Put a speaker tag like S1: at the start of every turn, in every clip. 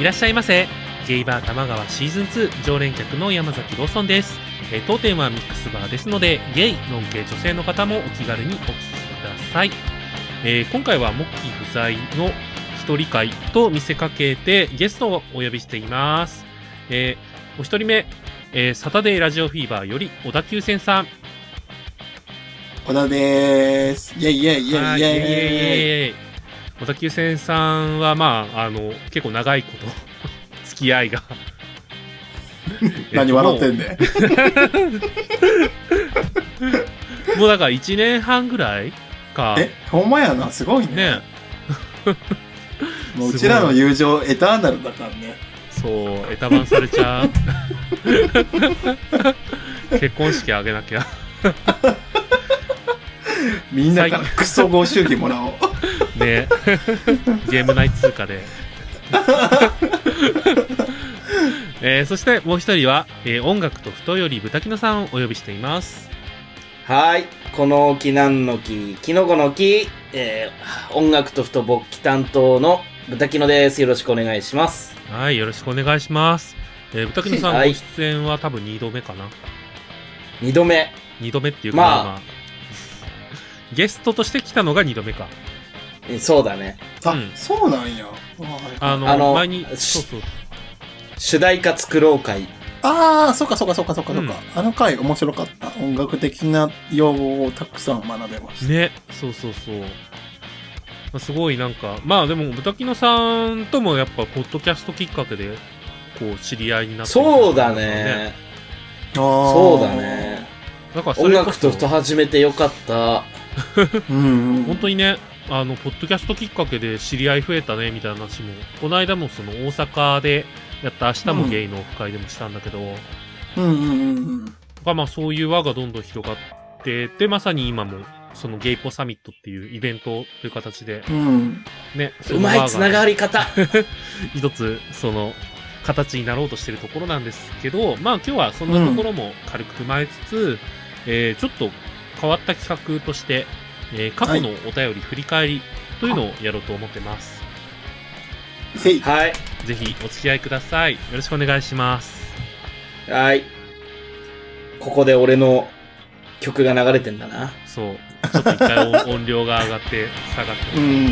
S1: いらっしゃいませゲイバー玉川シーズン2常連客の山崎ローソンです、えー当店はミックスバーですのでゲイノン系女性の方もお気軽にお聞きください、えー今回はモッキー不在の一人会と見せかけてゲストをお呼びしています、えーお一人目、えーサタデーラジオフィーバーより小田急線さん
S2: 小田でーす。イェイイェイイェ
S1: はい
S2: イイ
S1: イ
S2: ェイイ
S1: エイイ
S2: ェイ。
S1: エイイエイ小田急線さんは、まあ、あの、結構長いこと、 付き合いが。
S2: 何笑って
S1: も
S2: んねん。
S1: うもうだから1年半ぐらいか。
S2: え、ほんまやな、すごいね。
S1: ね
S2: もううちらの友情エターナルだからね。
S1: そう、エ タバンされちゃう。結婚式あげなきゃ。
S2: みんなからクソご祝儀も らおう。
S1: ねゲーム内通貨で。 えーそしてもう一人は、えー音楽と太より豚キノさんをお呼びしています。
S3: はい。この木なんの木、キノコの木、えー、音楽とふと勃起担当の豚キノです。よろしくお願いします。
S1: はい、よろしくお願いします。えー、豚キノさん
S3: は
S1: ご
S3: い
S1: 出演は多分2度目かな。
S3: 二度目。
S1: 2度目っていうか、
S3: まあ
S1: まあ、ゲストとして来たのが2度目か。
S3: えそうだね。
S2: あ
S1: うん、
S2: そうなんや。
S1: あの、
S3: あの
S1: 前に、
S3: し
S1: そうそう。
S3: 主題歌作ろう会。
S2: あー、そっかそっかそっかそっかそっか
S1: う。
S2: あの回面白かった。音楽的な用語をたくさん学べました。
S1: ね、そうそうそう。まあ、すごいなんか、まあでも、豚キノさんともやっぱ、ポッドキャストきっかけで、こう、知り合いになって。
S3: そうだ。ね。そうだね。
S1: だからそ
S3: 音
S1: れこ
S3: 楽
S1: そ、
S3: とふと始めてよかった。
S2: あー。うんうん。
S1: 本当にね、あの、ポッドキャストきっかけで知り合い増えたね、みたいな話も、この間もその、大阪でやった明日もゲイのオフ会でもしたんだけど、
S2: うんうんうんうん。
S1: まあまあそういう輪がどんどん広がって、で、まさに今も、そのゲイポサミットっていうイベントという形で、
S2: うん。
S1: ね、
S3: うまいつなが
S1: り
S3: り方。
S1: 一つ、その、形になろうとしてるところなんですけど、まあ今日はそんなところも軽く踏まえつつ、えーちょっと変わった企画として、えー過去のお便り振り返りというのをやろうと思ってます。
S2: せい。
S3: はい。
S1: ぜひお付き合いください。よろしくお願いします。
S3: はい。ここで俺の曲が流れてんだな。
S1: そう。ちょっと一回音音量が上がって、下がって。
S2: うん。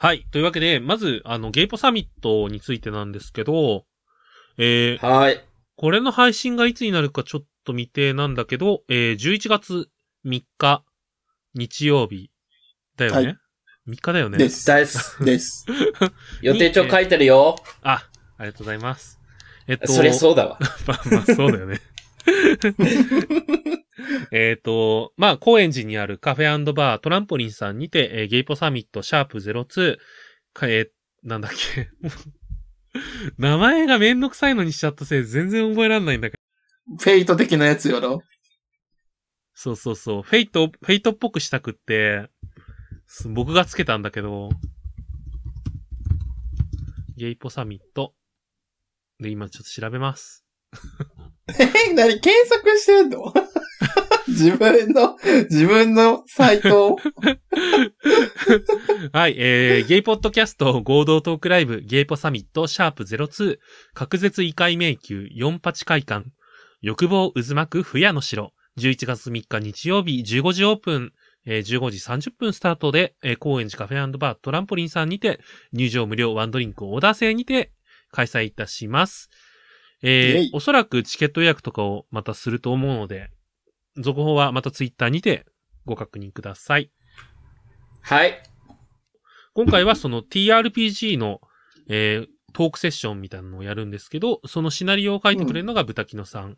S1: はい。というわけで、まず、あの、ゲイポサミットについてなんですけど、えー、
S3: はい。
S1: これの配信がいつになるかちょっと未定なんだけど、えー、11月3日、日曜日、だよね、
S2: は
S1: ?3 日だよね
S2: です。
S3: です。
S2: です。
S3: 予定帳書いてるよ。
S1: あ、ありがとうございます。えっと、
S3: そりゃそうだ わ。
S1: まあまあ、そうだよね。 えっと、まあ、高円寺にあるカフェバートランポリンさんにて、えーゲイポサミットシャープ02、かえーなんだっけ。 名前がめんどくさいのにしちゃったせいで全然覚えられないんだけど。
S2: フェイト的なやつやろ。
S1: そうそうそう。フェイト、フェイトっぽくしたくって、す僕がつけたんだけど、ゲイポサミット。で、今ちょっと調べます。
S2: え、なに、検索してんの 自分の、自分のサイ トを。
S1: はい、えー、ゲイポッドキャスト合同トークライブ、ゲイポサミット、シャープ02、隔絶異界迷宮、48会館、欲望渦巻く不夜の城、11月3日日曜日15時オープン、えー15時30分スタートで、えー高円寺カフェバートランポリンさんにて、入場無料ワンドリンクオーダー制にて開催いたします。えー
S2: イェイ
S1: おそらくチケット予約とかをまたすると思うので、続報はまたツイッターにてご確認ください。
S3: はい。
S1: 今回はその TRPG の、えートークセッションみたいなのをやるんですけど、そのシナリオを書いてくれるのが豚キノさん。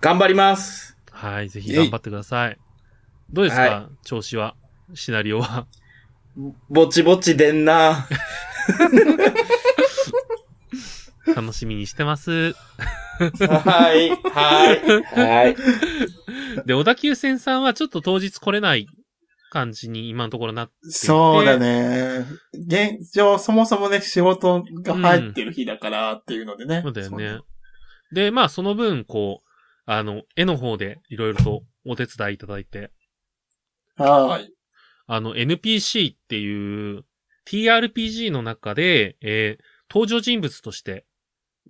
S3: 頑張ります。
S1: はい、ぜひ
S2: イェイ
S1: 頑張ってください。どうですか、
S3: は
S1: 調子はシナリオは。
S3: ぼちぼちでんな。
S1: 楽しみにしてます。
S3: はい。はい。はい。
S1: で、小田急線さんはちょっと当日来れない感じに今のところなってて
S2: そうだ。ね。現状、そもそもね、仕事が入ってる日だからっていうのでね。
S1: そうだよね。で、まあその分、こう、あの、絵の方でいろいろとお手伝いいただいて、
S2: そう。はい。
S1: あの、NPC っていう TRPG の中で、えー登場人物として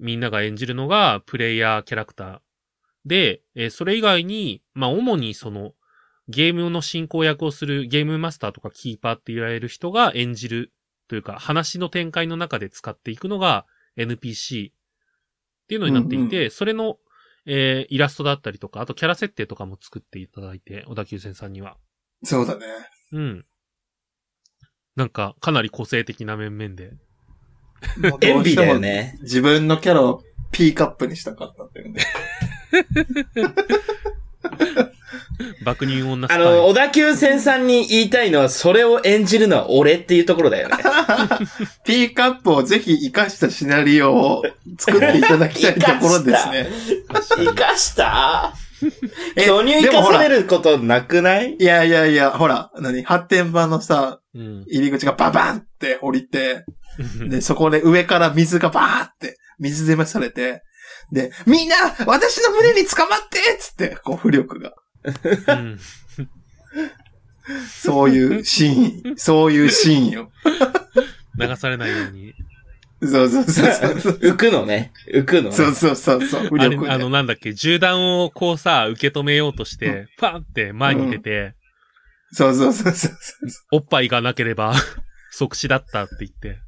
S1: みんなが演じるのがプレイヤーキャラクターで、えーそれ以外に、まあ、主にその、ゲームの進行役をするゲームマスターとかキーパーって言われる人が演じるというか、話の展開の中で使っていくのが NPC っていうのになっていて、
S2: うん
S1: それの、えーイラストだったりとか、あとキャラ設定とかも作っていただいて、小田急線さんには。
S2: そうだね。
S1: うん。なんか、かなり個性的な面々で。
S2: もう
S3: エ
S2: ど
S3: ン
S2: う
S3: ビ
S2: し
S3: ー
S2: て
S3: だ
S2: も
S3: よ。ね。
S2: 自分のキャラをピーカップにしたかったっていうね。
S1: 爆乳女スタ
S3: あ
S1: イル。
S3: の、小田急線さんに言いたいのは、それを演じるのは俺っていうところだよね。
S2: ピーカップをぜひ活かしたシナリオを作っていただきたいところですね。
S3: 生かした
S2: え
S3: 巨乳生
S2: でも
S3: か
S2: ほ
S3: さ
S2: ら
S3: れることなくない
S2: いやいやいや、ほら、何発展版のさ、
S1: うん。
S2: 入り口がババンって降りて、で、そこで上から水がバーって、水攻めされて、で、みんな私の胸に捕まってっつって、こう、浮力が。
S1: うん
S2: そういうシ ーン、そういうシーンよ。
S1: 流されないよう に。
S2: そうそうそう そう。
S3: 浮くのね。浮くのね。
S2: そうそうそうそう、浮
S1: あ
S2: 力
S1: れ、あの、
S2: ね。
S1: なんだっけ、銃弾をこうさ、受け止めようとして、パンって前に出て、
S2: そうそうそうそう。
S1: おっぱいがなければ、 即死だったって言って。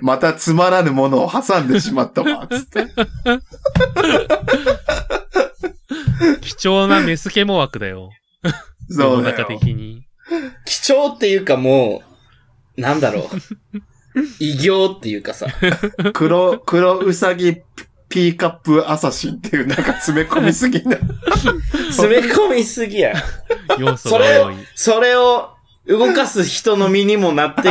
S2: またつまらぬものを挟んでしまっ たわ、つって。
S1: 貴重なメスケモ枠だよ。世
S2: そう
S1: の
S2: だ
S1: 中
S2: よ。
S1: 的に。
S3: 貴重っていうかもう、なんだろう。異形っていうかさ。
S2: 黒、黒うさぎピーカップアサシンっていうなんか詰め込みすぎな。
S3: 詰め込みすぎや。
S1: 要素が多い。
S3: それを動かす人の身にも なってく
S1: い
S3: れ。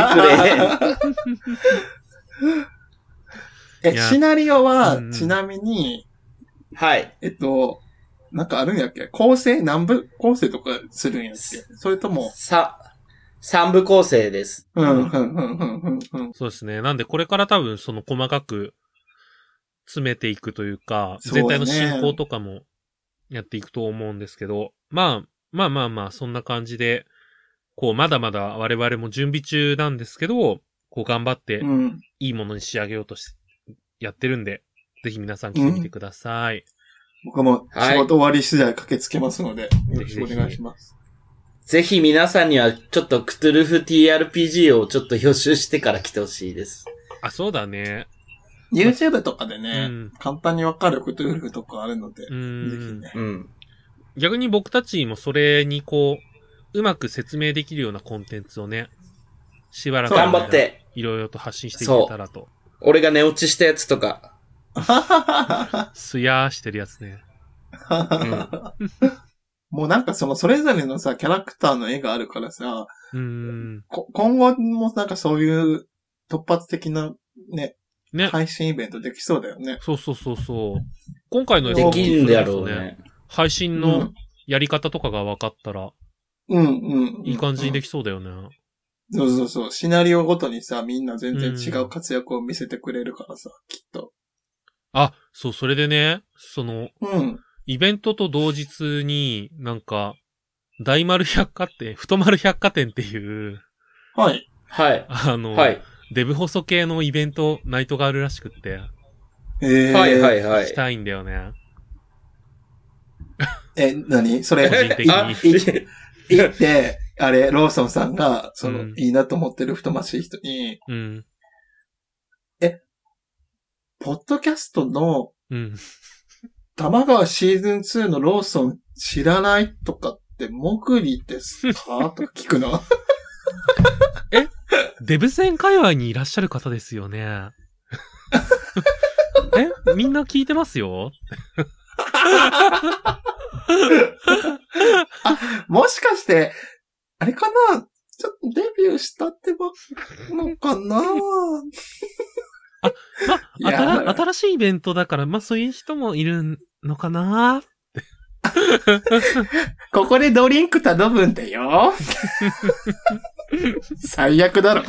S2: え、
S1: や
S2: シナリオ
S1: う
S2: は
S1: ん、
S2: ちなみに、
S3: はい。
S2: えっと、なんかあるんやっけ構成何部構成とかするんやっけそれとも、
S3: さ、三部構成です。
S2: うん、うん、うん、うん、うん、うん。
S1: そうですね。なんでこれから多分その細かく詰めていくというか、
S2: そうだ
S1: 全
S2: ね
S1: 体の進行とかもやっていくと思うんですけど、まあ、まあまあまあ、そんな感じで、こう、まだまだ我々も準備中なんですけど、こう頑張って
S2: うん。
S1: いいものに仕上げようとし、やってるんで、ぜひ皆さん来てみてください。
S2: 僕も仕事終わり次第駆けつけますので、よろしくお願いします。
S3: ぜひ皆さんにはちょっとクトゥルフ TRPG をちょっと予習してから来てほしいです。
S1: あ、そうだね。
S2: YouTube とかで
S1: う
S2: ね、
S1: ん。
S2: 簡単にわかるクトゥルフとかあるの
S1: う
S2: で、ぜひ
S1: ん。
S2: ね。
S3: うん。
S1: 逆に僕たちもそれにこう、うまく説明できるようなコンテンツをね、しばらくの
S3: 頑
S1: 間
S3: 張って。
S1: いろいろと発信していけたらと。
S3: 俺が寝落ちしたやつとか。
S1: すやーしてるやつね。
S3: うん。
S2: もうなんかそのそれぞれのさ、キャラクターの絵があるからさ、
S1: うーん。
S2: こ今後もなんかそういう突発的なね、
S1: ね。
S2: 配信イベントできそうだよね。
S1: そうそうそうそう。今回の
S2: で
S1: や
S2: き
S1: つ
S3: で
S1: も
S3: きんだろう
S1: そうです
S3: ね。
S1: 配信
S2: う
S1: の
S2: ん
S1: やり方とかが分かったら、
S2: うんうん、うん。
S1: いい感じにで
S2: き
S1: きそうだよね。
S2: そうそうそう。シナリオごとにさ、みんな全然違う活躍を見せてくれるからさ、きっと。
S1: あ、そう、それでね、その、
S2: うん。
S1: イベントと同日に、なんか、大丸百貨店、太丸百貨店っていう、
S2: はい。
S3: はい。
S1: あの、
S3: はい。
S1: デブ細系のイベント、ナイトがあるらしくって、
S2: えー、
S3: はいはいは
S1: し
S3: い。
S1: たいんだよね。
S2: え、何それ、
S1: 個 人的
S2: い
S1: に
S2: い行って、あれ、ローソンさんが、その、
S1: うん
S2: いいなと思ってる太ましい人に、
S1: うん。
S2: ポッドキャストの
S1: うん。
S2: 玉川シーズン2のローソン知らないとかって、モグリですかとか聞く の。
S1: デブ戦界隈にいらっしゃる方ですよね。 えみんな聞いてますよ
S2: もしかして、あれかなちょっとデビューしたってばのか な
S1: まあ
S2: いや
S1: 新、新しいイベントだから、まあそういう人もいるんのかな
S2: ここでドリンク頼むんだ よ。最悪だろ。
S1: い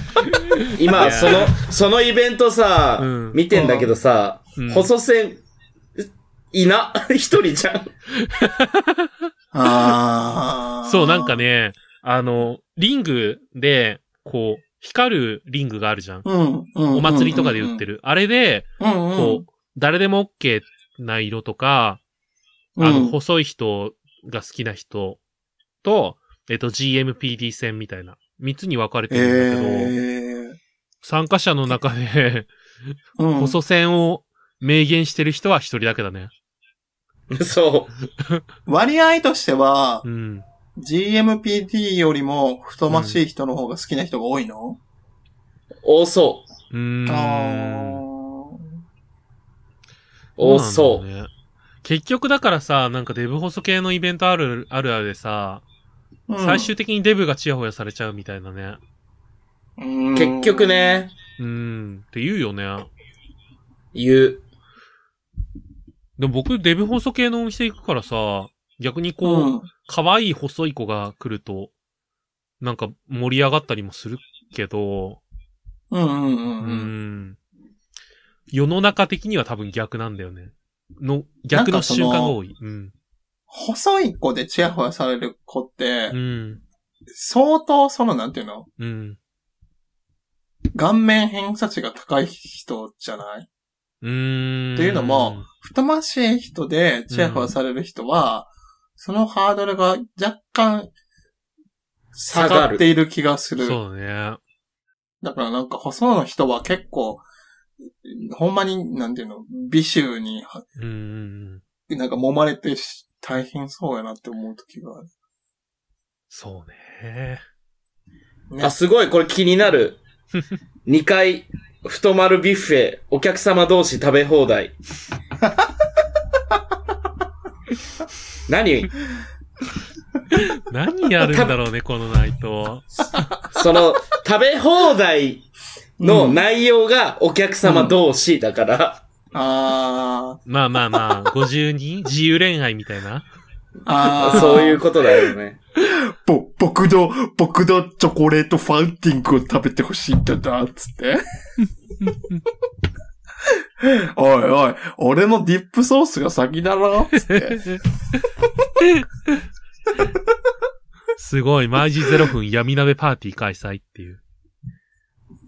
S3: 今、
S1: や
S3: その、そのイベントさ、
S1: うん
S3: 見てんだけどさ、
S1: うん
S3: 細線、いな、 一人じゃん。
S2: あー
S1: そう、なんか。ね、あの、リングで、こう、光るリングがあるじゃん。
S2: うん、うん。
S1: お祭りとかで売って
S2: る。
S1: る。あれで、
S2: うん、うん。
S1: こう、誰でも OK な色とか、
S2: うん、
S1: あの、細い人が好きな人と、えっと、GMPD 戦みたいな、三つに分かれて
S2: え
S1: るんだけど、
S2: ー。
S1: 参加者の中で、
S2: うん
S1: 細線を明言してる人は一人だけだね。
S3: そう。
S2: 割合としては
S1: う、ん。
S2: GMPD よりも太ましい人の方が好きな人が多いの、
S3: 多そう。
S1: うーん。
S2: あ
S3: 多そ
S1: ど
S3: う。
S1: なんだろね結局だからさ、なんかデブ細系のイベントある、あるあるでさ、
S2: あ。
S1: 最終的にデブがチヤホヤされちゃうみたいなね。
S2: うん
S3: 結局。ね、
S1: うーん。って言うよね。
S3: 言う。
S1: でも僕、デブ細系のお店行くからさ、逆にこう、
S2: うん。
S1: 可愛い細い子が来ると、なんか盛り上がったりもするけど、
S2: うんうんう
S1: うん
S2: うん。
S1: ん。世の中的には多分逆なんだよね。の、逆の習慣が多い。うん。
S2: 細い子でチヤホヤされる子って
S1: う、ん。
S2: 相当その、なんていうの
S1: うん。
S2: 顔面偏差値が高い人じゃない
S1: うん。
S2: というのも、太ましい人でチヤホヤされる人は、そのハードルが若干下がっている気がする。
S1: そうだね。
S2: だからなんか細の人は結構、ほんまに、なんていうの、美醜に、は
S1: うんうんうん。
S2: なんか揉まれてし大変そうやなって思う時がある。
S1: そうね。
S2: ね
S3: あ、すごい、これ気になる。2階、太丸ビュッフェ、お客様同士食べ放題。 何
S1: 何やるんだろうね、このナイト。
S3: その、食べ放題の内容がお客様同士だから、
S2: あ
S1: まあまあまあ、50人自由恋愛みたいな。
S2: ー、あー、
S3: そういうことだよね。
S2: ぼ、僕の、僕のチョコレートファウンティングを食べてほしいんだな、つ って。おいおい、俺のディップソースが先だろ、つって。
S1: すごい、毎時0分闇鍋パーティー開催っていう。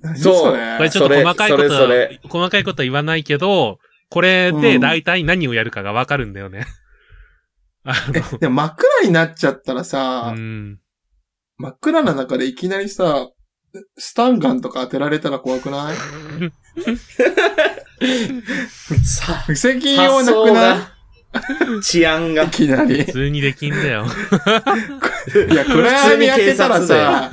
S2: 何
S3: そう
S1: これ
S2: れ
S1: ちょっと細かいこと
S3: それ
S1: は、細かいことは言わないけど、これで大体何をやるかがわかるんだよね。あ
S2: え、でも真っ暗になっちゃったらさ、
S1: の、うん。
S2: 真っ暗な中でいきなりさ、スタンガンとか当てられたら怖くない
S3: さ
S2: 不責任
S3: あ、
S2: は
S3: 発
S2: な
S3: 想
S2: くな
S3: が、治安
S2: い
S3: が
S2: い。きなり。
S1: 普通にできんだ よ。
S2: い や、暗
S3: 普通
S2: 闇
S3: に
S2: やって
S3: 警
S2: たら
S3: 察だよ
S2: さ、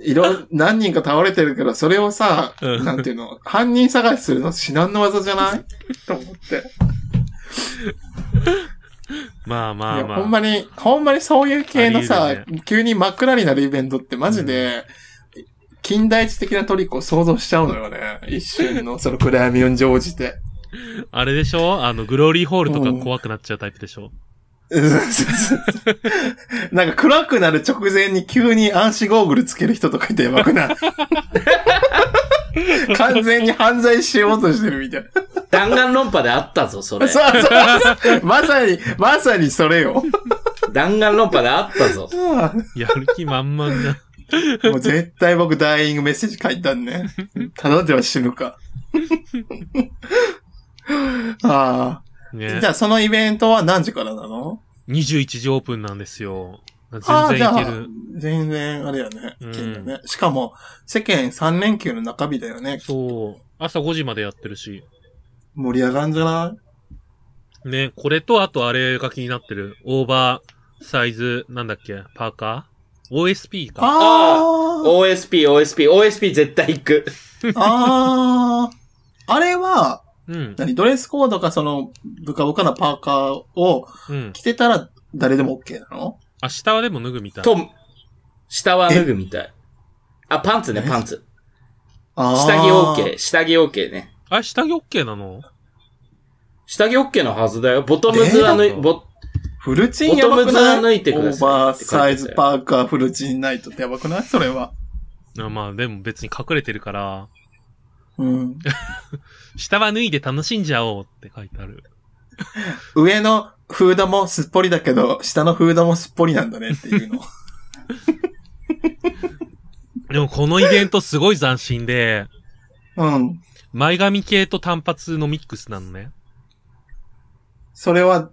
S2: いろ、何人か倒れてるから、それをさ、
S1: うん
S2: なんていうの、犯人探しするの至難の技じゃないと思って。
S1: まあま
S2: い
S1: あ
S2: や、
S1: ま
S2: ほん
S1: あ。
S2: まに、ほんまにそういう系の
S1: あり
S2: さ
S1: 得、
S2: 急に真っ暗になるイベントってマジで、近代値的なトリックを想像しちゃうのよね。一瞬のその暗闇を乗じて。
S1: あれでしょあの、グローリーホールとか怖くなっちゃうタイプでしょ
S2: うんそうそうそう なんか暗くなる直前に急に暗視ゴーグルつける人とかいてやばくない 完全に犯罪しようとしてるみたいな。
S3: 弾丸論破であったぞ、それ。
S2: そうそう そう。まさに、まさにそれよ。
S3: 弾丸論破であったぞ。
S1: やる気満々 じゃん。
S2: もう絶対僕ダイイングメッセージ書いたんね。ただでは死ぬか。 ああ。
S1: ね
S2: じゃ。あそのイベントは何時からなの
S1: 21時オープンなんですよ。
S2: ああ
S1: 全
S2: じ
S1: 然
S2: ゃ
S1: いけ
S2: あ
S1: る。
S2: 全然あれやね。
S1: うん
S2: 金だね。しかも、世間3連休の中日だよね。
S1: そう。朝5時までやってるし。
S2: 盛り上がんじゃない
S1: ね、これとあとあれが気になってる。オーバーサイズ、なんだっけパーカー ?OSP か。
S2: あー
S3: OSP、OSP、OSP 絶対行く。
S2: あーあれは、
S1: うん。
S2: 何ドレスコードかその、ブカブカなパーカーを
S1: うん。
S2: 着てたら誰でも OK なの
S1: 明日はでも脱ぐみたい。
S3: と、下は脱ぐみたい。あ、パンツね、
S2: え
S3: パンツ。
S2: あー
S3: 下着 OK。下着 OK ね。
S1: あれ、下着 OK なの
S3: 下着 OK のはずだよ。ボトムズは
S1: え
S3: 抜い、
S1: ー
S3: ボ、
S2: フルチンやばく
S3: ボト
S2: ない
S3: ムズは抜いてください
S2: オーバーサイズパーカーフルチンないとってやばくないそれは。
S1: あまあでも別に隠れてるから、
S2: うん。
S1: 下は脱いで楽しんじゃおうって書いてある。
S2: 上のフードもすっぽりだけど、下のフードもすっぽりなんだねっていうの。
S1: でもこのイベントすごい斬新で、
S2: うん。
S1: 前髪系と単発のミックスなのね。
S2: それは、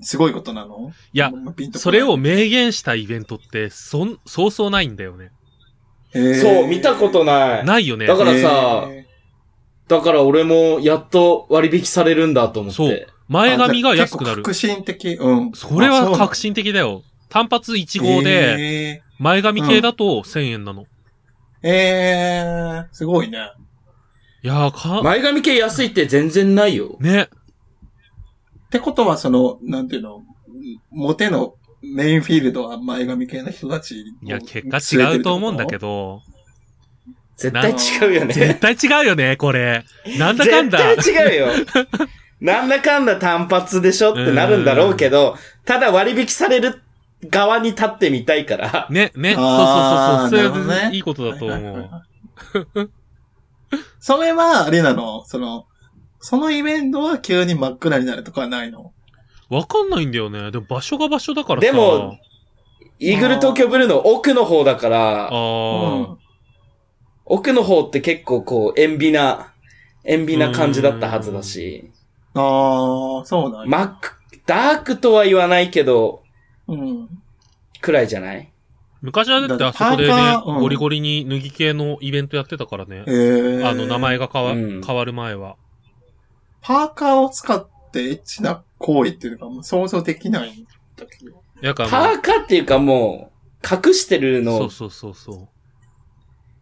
S2: すごいことなの
S1: いや、
S2: ピンとこ
S1: そ
S2: ない
S1: れを、明言したイベントって、そん、そうそうないんだよね。
S2: へー
S3: そう、見たことない。
S1: ないよね。
S3: だからさ
S2: へ
S3: だから俺もやっと割引されるんだと思って。
S1: そう
S2: ー
S1: 前髪が安くなる
S2: あじゃあ結構。革新的。うん。
S1: それは革
S2: 新
S1: 新的だよ。単発1号で、
S2: で。
S1: 前髪系だと1000円なの。
S2: えー、えーすごいね。
S1: いやーか、
S3: 前髪系安いって全然ないよ。
S1: ね。
S2: ってことは、その、なんていうの、モテのメインフィールドは前髪系の人たち。
S1: いや、結果違うと思うんだけ
S2: ど。
S1: ど、
S3: 絶対違うよね
S1: 絶。対違うよね、これ。なんだかん
S3: 絶
S1: だ。
S3: 対違うよ。なんだかんだ単発でしょってなるんだろうけど、ただ割引される側に立ってみたいから。
S1: ね、ね、
S2: あー
S1: そうそうそうそう。そ
S2: な
S1: れは
S2: るほど
S1: い
S2: ね
S1: いことだと
S2: はいはいはい
S1: 思
S2: はいそれは、あれなのその、そのイベントは急に真っ暗になるとかはないの
S1: う。わかんないんだよね。でも場所が場所だからさ。
S3: でも、イーグル東京ブルーの奥の方だか
S1: あ
S3: ら、
S1: ー。
S3: 奥の方って結構こう、塩ビな、塩ビな感じだったはずだし、
S2: あー、そうなんや。
S3: マック、ダークとは言わないけど、
S2: うん。
S3: くらいじゃない
S1: 昔はだってあそこで
S2: だって
S1: ね
S2: パーカ、ーうん
S1: ゴリゴリに脱ぎ系のイベントやってたからね
S2: え。ー、
S1: あの、名前が変わ
S3: うん
S1: 変わる前は。
S2: パーカーを使ってエッチな行為っていうのがもう想像できないんだけど。
S1: やか
S3: パ
S1: らまあ
S3: ーカーっていうかもう、隠してる
S1: そう
S3: の
S1: そうそうそ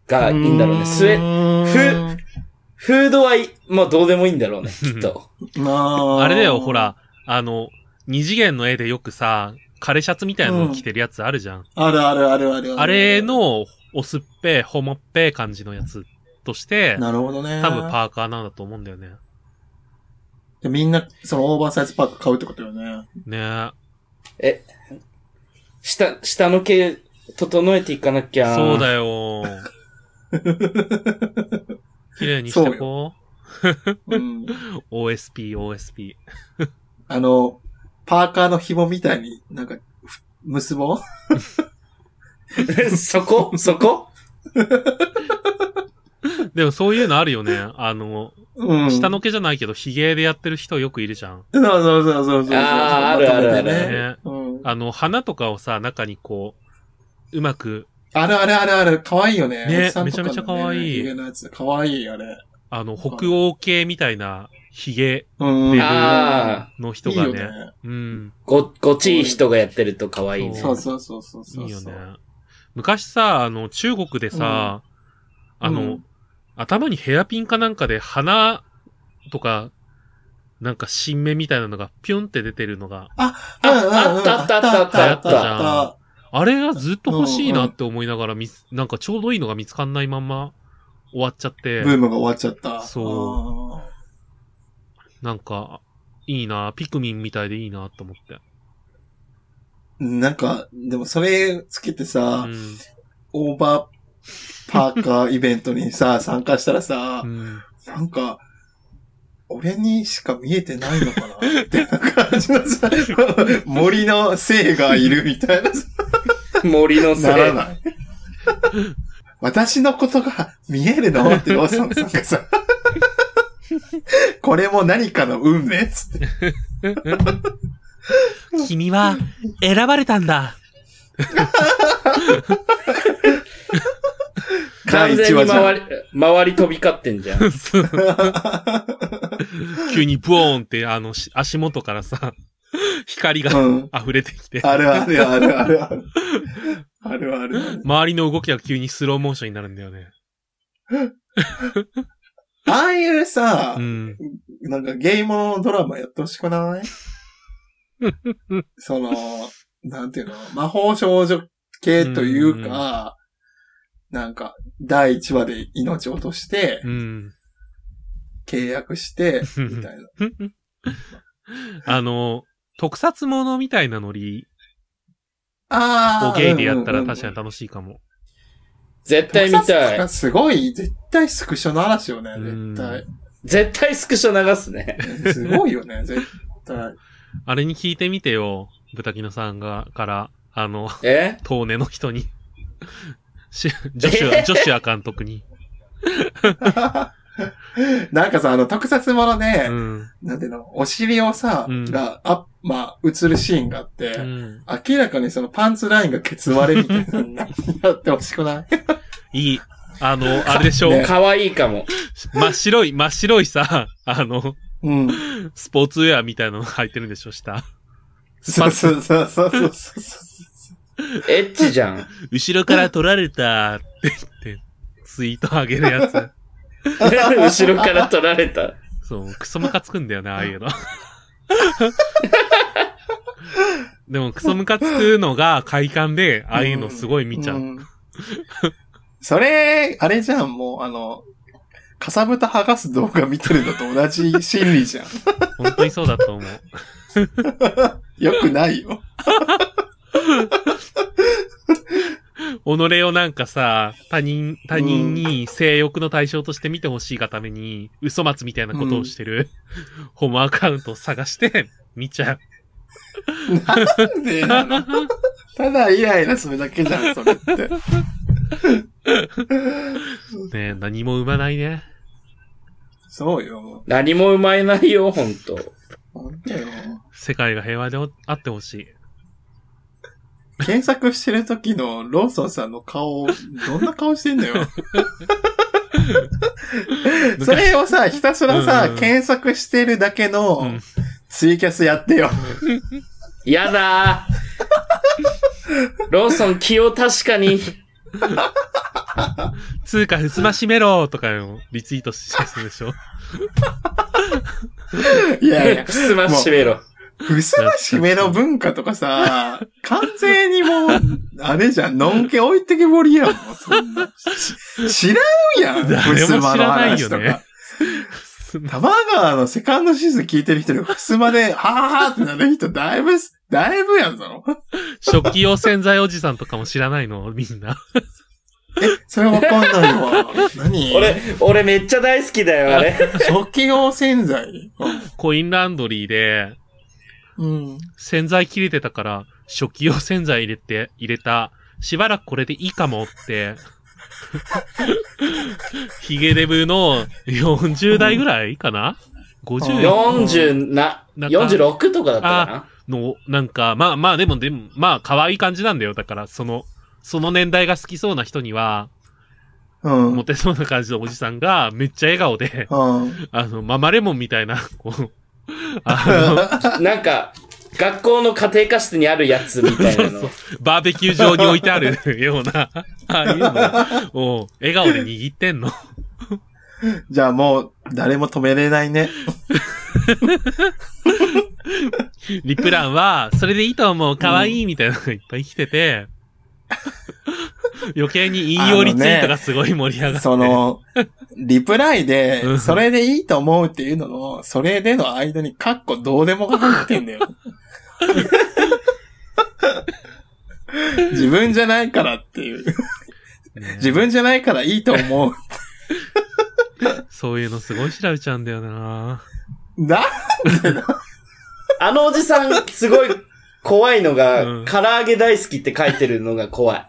S3: がいいんだろうね。スウェ、
S2: ェ
S3: フードはい、まあどうでもいいんだろうね、 きっと。
S1: う。
S2: まあ。
S1: あれだよ、ほ。ら、あの、二次元の絵でよくさ、枯れシャツみたいなの着てるやつあるじゃん。
S2: あるあるあるあるる
S1: あれ、の、オスっぺ、ホモっぺ感じのやつとして、
S2: なるほどね。
S1: 多分パーカーなんだと思うんだよね。
S2: でみんな、そのオーバーサイズパック買うってことよね。
S1: ねえ。
S3: 下、下の毛、整えていかなきゃ。
S1: そうだよ。綺麗にしてこ
S2: うん。
S1: う。OSP、OSP。
S2: あの、パーカーの紐みたいになんか、ふ結ぼう
S3: よ。 そこそこ
S1: でもそういうのあるよね。あの、
S2: うん。
S1: 下の毛じゃないけど、髭でやってる人よくいるじゃん。
S2: そうそうそうそうそう。
S3: あーあるあるある
S2: まとめてね
S1: ね。
S2: うん。
S1: あの、花とかをさ、中にこう、うまく、
S2: あるあるあるある。かわいいよね。
S1: ね
S2: おじさんとかの
S1: めちゃめちゃ可愛い
S2: 家のやつ。かわいい、あれ。
S1: あの、北欧系みたいな髭
S2: うん。
S3: ああ、
S1: の人
S2: いい
S1: が
S2: よ
S1: ね。
S2: ね。
S1: うん。
S3: ご、ごちい人がやってると可愛いね。
S2: そうそうそうそうそう。
S1: いいよね。昔さ、あの、中国でさ、
S2: うん
S1: あ
S2: う
S1: の
S2: ん、
S1: 頭にヘアピンかなんかで鼻とか、なんか新芽みたいなのがピュンって出てるのが、
S2: うんうんうん。
S3: ああったあったあったあった
S1: あったあれがずっと欲しいなって思いながら見つ、なんかちょうどいいのが見つかんないまんま終わっちゃって
S2: ブ、ームが終わっちゃった。
S1: そなんか、いいな、ピクミンみたいでいいなと思って。
S2: うん。なんか、でもそれつけてさ、
S1: うん
S2: オーバーパーカーイベントにさ、参加したらさ
S1: う、ん。
S2: なんか、俺にしか見えてないのかなって感じのさ、森の生がいるみたいなさ、
S3: 森のせい。
S2: ならない。 私のことが見えるのってローソンさんがさ、 これも何かの運命っつって。
S1: 君は選ばれたんだ。
S3: 完
S2: 第
S3: 全に
S2: 一話じゃん
S3: 回り、回り飛び交ってんじゃん。
S1: 急にブオーンって、あの、し足元からさ、光が
S2: うん。
S1: 溢れてきて、
S2: あるあるあるあるある。あるあるある。
S1: 周りの動きが急にスローモーションになるんだよね。
S2: ああいうさ
S1: う、ん。
S2: なんかゲイモノのドラマやってほしくないその、なんていうの、魔法少女系というか、なんか、第1話で命を落として
S1: う、ん。
S2: 契約して、みたいな。
S1: あの、特撮ものみたいなノリ
S2: あ
S1: を
S2: あ。
S1: ゲイでやったら確か
S2: に。
S1: に楽しいかも。
S3: 絶対 見たい。
S2: すごい、絶対スクショの嵐よね、
S1: うん
S2: 絶対。
S3: 絶対スクショ流すね。
S2: すごいよね、 絶対。
S1: あれに聞いてみてよ、ブタキノさんが、から、あの、
S3: え
S1: 遠根の人に。 しジョシュア、ジョシュア監督に。
S2: なんかさ、あの、特撮もの
S1: う
S2: ね、
S1: ん。
S2: なんていうの、お尻をさ、
S1: うん
S2: が、あ、まあ、映るシーンがあって、
S1: うん。
S2: 明らかにそのパンツラインがケツ割れみたいなのになってほしくない
S1: いい。あの、あれでしょ、
S2: ね
S3: 可愛いかも。
S1: 真っ白い、真っ白いさ、あの、
S2: うん。
S1: スポーツウェアみたいなの履いてるんでしょ、下。
S2: そうそうそうそうそうそうそ
S3: エッチじゃん。
S1: 後ろから取られたって言って、ツイートあげるやつ。
S3: 後ろから取られた。
S1: そう、クソムカつくんだよな、ああいうの。でも、クソムカつくのが快感で、ああいうのすごい見ちゃう。
S2: んそれ、あれじゃん、もう、あの、かさぶた剥がす動画見てるのと同じ心理じゃん。
S1: 本当にそうだと思う。
S2: よくないよ。
S1: 己をなんかさ、他人、他人に性欲の対象として見てほしいがために、嘘松みたいなことをしてる、ホモアカウントを探して、見ちゃう。
S2: なんでなのただイライラするだけじゃん、それって。
S1: ねえ何も生まないね。
S2: そうよ。
S3: 何も生まれないよ、ほんと。
S2: 本当よ。
S1: 世界が平和であってほしい。
S2: 検索してる時のローソンさんの顔、どんな顔してん のよ。それをさ、ひたすらさ
S1: う、ん
S2: 検索してるだけ
S1: う
S2: の
S1: ん
S2: ツイキャスやってよ。
S3: やだー。ローソン気を確かに。
S1: 通貨ふすましめろとかをリツイートしてるでしょ。
S2: いやいや
S3: ふ、すましめろ。
S2: ふすましめの文化とかさ、完全にもう、あれじゃん、のんけ置いてけぼりやん。もうそんなし知らんやん、
S1: 誰も
S2: ふすま
S1: 知
S2: の
S1: らない
S2: 話
S1: よ
S2: と
S1: ね
S2: か。。玉川のセカンドシーズン聞いてる人に、ふすまで、はぁーってなる人、だいぶ、だいぶやんぞ。
S1: 食器用洗剤おじさんとかも知らないのみんな。
S2: え、それわかんないわ。何
S3: 俺、俺めっちゃ大好きだよ、あれ。
S2: 食器用洗剤。
S1: コインランドリーで、
S2: うん。
S1: 洗剤切れてたから、食器用洗剤入れて、入れた。しばらくこれでいいかもって。ヒゲデブの40代ぐらいかな ?50
S3: 40な、
S1: なんか
S3: 46とかだったか
S1: の、なんか、まあまあでも、でも、まあ可愛い感じなんだよ。だから、その、その年代が好きそうな人には、
S2: うん。
S1: モテそうな感じのおじさんが、めっちゃ笑顔で、
S2: うん。
S1: あの、ママレモンみたいな、こう、 あ
S3: な。なんか、学校の家庭科室にあるやつみたいなの。
S1: の、バーベキュー場に置いてあるような、ああいうのを、笑顔で握ってんの。
S2: じゃあもう、誰も止めれないね。
S1: リプランは、それでいいと思う、可愛いみたいなのがいっぱい来てて、余計に引用リツイートがすごい盛り 上がって。
S2: その、リプライ
S1: う
S2: で、
S1: ん
S2: それでいいと思うっていうのの、それでの間に、カッコどうでもが入って んだよ。自分じゃないからっていう。
S1: ね
S2: 自分じゃないからいいと思う。
S1: そういうのすごい調べちゃうんだよな
S2: な
S3: あのおじさん、すごい怖いのが、
S1: うん
S3: 唐揚げ大好きって書いてるのが怖い。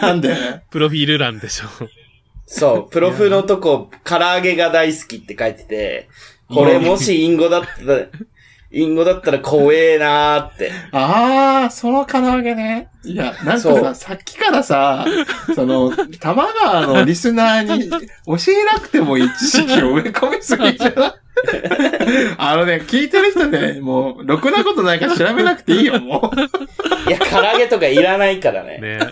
S2: なんで
S1: プロフィール欄でしょ。
S3: そう、プロフのとこ、唐揚げが大好きって書いてて、これもしインゴだったら、インゴだったら怖えなーって。
S2: ああ、その唐揚げね。いや、なんか
S3: そう
S2: さ、さっきからさ、その、玉川のリスナーに教えなくてもいい知識を植え込みすぎじゃないあのね、聞いてる人ね、もう、ろくなことないから調べなくていいよ、もう。
S3: いや、唐揚げとかいらないからね。
S1: ねも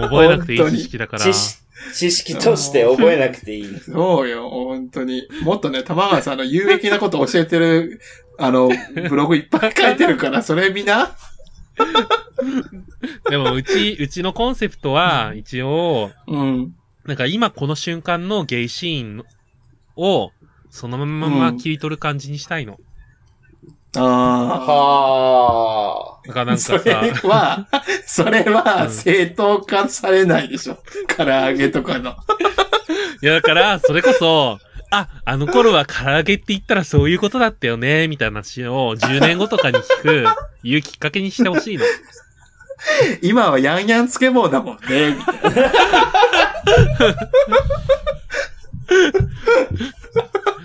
S1: う覚えなくていい知識だから。
S3: 知識知識として覚えなくていい。
S2: そうよ、本当に。もっとね、玉川さんの有益なことを教えてる、あの、ブログいっぱい書いてるから、それみんな。
S1: でも、うち、うちのコンセプトは、一応、
S2: うん。
S1: なんか今この瞬間のゲイシーンをそのまま
S2: うん
S1: 切り取る感じにしたいの。
S2: ああ。
S3: は
S1: だからなん
S2: そ
S1: か
S2: れ
S1: さ、
S2: は、それ
S1: う
S2: は
S1: ん
S2: 正当化されないでしょ。唐揚げとかの。
S1: いやだから、それこそ、あ、あの頃は唐揚げって言ったらそういうことだったよね、みたいな話を10年後とかに聞 く、いうきっかけにしてほしいの。
S2: 今はヤンヤンつけ棒だもんね。みたいな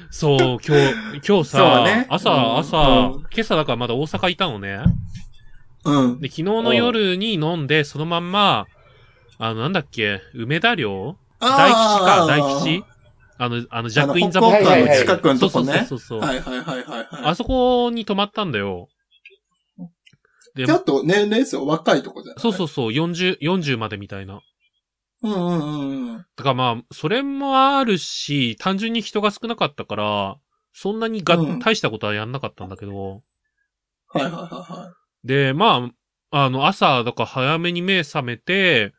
S1: そう、今日、今日
S2: そ
S1: さ、
S2: うねうん
S1: 朝、朝、
S2: うん
S1: 今朝だからまだ大阪いたのね。
S2: うん。
S1: で、昨日の夜に飲んで、そのまんま、あの、なんだっけ、梅田寮大吉か、
S2: あー
S1: 大吉あの、あの、ジャックインザ
S2: あの
S1: ボッ
S3: ッ
S1: クス
S3: クはいはいはい
S2: 近くのとこね
S1: そうそうそうそう。
S2: はいはいはいはいは
S1: あそこに泊まったんだよ。
S2: い。
S1: で
S2: ちょ、っと年齢層若いとこじゃない
S1: そうそうそう、40、40までみたいな。
S2: うんうんうんうん。
S1: だからまあ、それもあるし、単純に人が少なかったから、そんなにが、
S2: うん
S1: 大したことはやんなかったんだけど。
S2: はいはいは
S1: で、まあ、あの、朝、だから早めに目覚めて、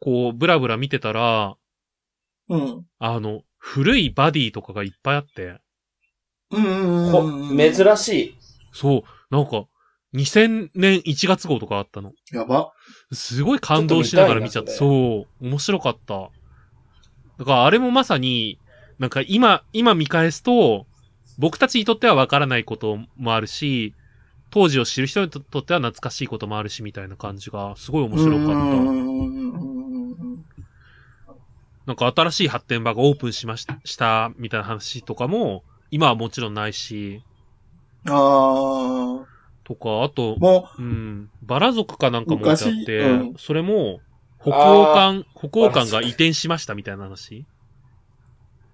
S1: こう、ブラブラ見てたら、
S2: いはい。うん。
S1: あの、古いバディとかがいっぱいあって、
S2: うんうん
S3: ー。
S2: う
S3: ほ
S2: んうん。
S3: 珍しい。
S1: そう、なんか、2000年1月号とかあったの。
S2: やば。
S1: すごい感動しながら見ちゃった。
S3: ちょっ
S1: そう、面白かった。だからあれもまさに、なんか今、今見返すと、僕たちにとってはわからないこともあるし、当時を知る人にととっては懐かしいこともあるし、みたいな感じが、すごい面白か
S2: うん
S1: った
S2: う。んうんうんうん
S1: なんか新しい発展場がオープンしましした、みたいな話とかも、今はもちろんないし、
S2: ああ。
S1: とか、あと、
S2: も
S1: うん、バラ族かなんかも置いてあって、
S2: 昔うん
S1: それも、北欧館、北欧館が移転しましたみたいな話
S2: う、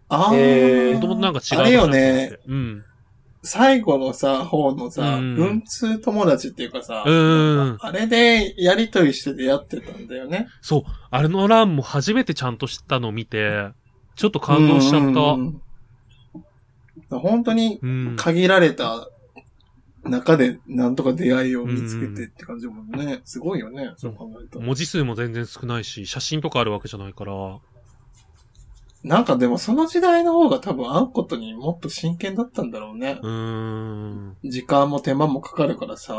S2: ああ。
S3: えー
S1: もともとなんか違う
S2: あ
S1: 場
S2: れよ
S1: 所だったんだって
S2: ね。
S1: うん。
S2: 最後のさ、方のさ、
S1: うん
S2: 文通友達っていうかさ、
S1: うん
S2: あれでやりとりして出会ってたんだよね。
S1: そう。あれの欄も初めてちゃんと知ったのを見て、ちょっと感動しちゃった。
S2: う
S1: うん。
S2: ん本当に限られた中でなんとか出会いを見つけてって感じだもんね。すごいよね、そう考えると。
S1: 文字数も全然少ないし、写真とかあるわけじゃないから。
S2: なんかでもその時代の方が多分会うことにもっと真剣だったんだろうね。
S1: うーん。
S2: 時間も手間もかかるからさ、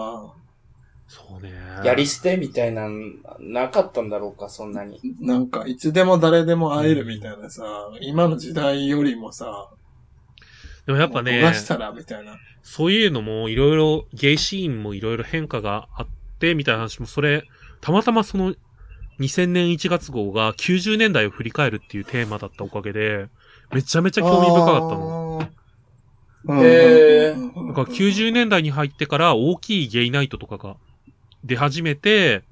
S1: そうね。
S3: やり捨てみたいなん、なかったんだろうか、そんなに。
S2: なんかいつでも誰でも会えるみたいなさ、今の時代よりもさ、
S1: でもやっぱね
S2: もう、焦がしたらみたいな。
S1: そういうのもいろいろ、ゲイシーンもいろいろ変化があって、みたいな話も、それ、たまたまその、2000年1月号が90年代を振り返るっていうテーマだったおかげで、めちゃめちゃ興味深かったの。
S2: あー。
S3: へー
S2: ー
S1: なんか90年代に入ってから大きいゲイナイトとかが出始めて、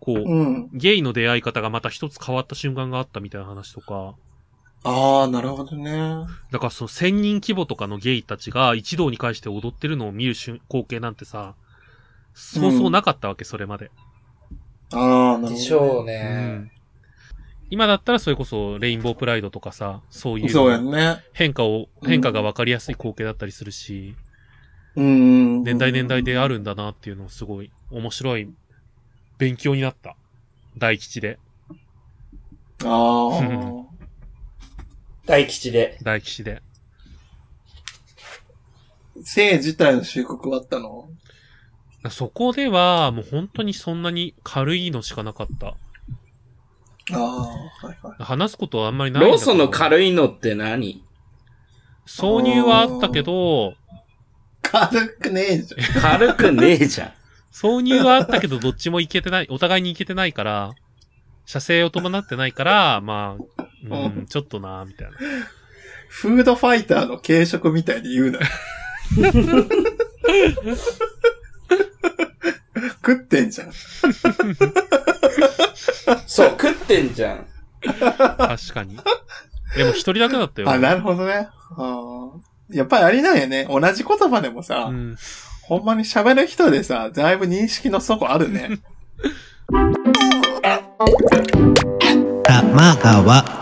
S1: こう、
S2: うん。
S1: ゲイの出会い方がまた一つ変わった瞬間があったみたいな話とか、
S2: ああ、なるほどね。
S1: だからその1000人規模とかのゲイたちが一堂に会して踊ってるのを見る瞬光景なんてさ、そうそうなかったわけ、それまで。
S2: ああ、なるほど、ね。
S3: でしょう
S1: う
S3: ね。
S1: ん今だったらそれこそレインボープライドとかさ、そうい
S2: そうや
S1: うん
S2: ね。
S1: 変化を、
S2: うん
S1: 変化が分かりやすい光景だったりするし、
S2: うん。
S1: 年代年代であるんだなっていうのをすごい面白い勉強になった。大吉で、
S2: あ
S1: うん
S2: あ。
S3: 大吉で。
S1: 大吉で。
S2: 性自体の収穫はあったの
S1: そこではもう本当にそんなに軽いのしかなかった。
S2: ああ、はいはい。
S1: 話すことはあんまりないんだけ
S3: ロ
S1: ど。
S3: ーソンの軽いのって何
S1: 挿入はあったけど、
S2: 軽くねえじ ゃん。
S3: 軽くねえじゃん。
S1: 挿入はあったけど、どっちもいけてない、お互いにいけてないから、射精を伴ってないから、まあ、うん、ちょっとな、みたいな。
S2: フードファイターの軽食みたいに言うな。 食ってんじゃん。
S3: そう、食ってんじゃん。
S1: 確かに。でも一人だけだったよ。
S2: あ、なるほどね。あーやっぱりありなんよね。同じ言葉でもさ、
S1: うん。
S2: ほんまに喋る人でさ、だいぶ認識の底あるね。
S4: 玉川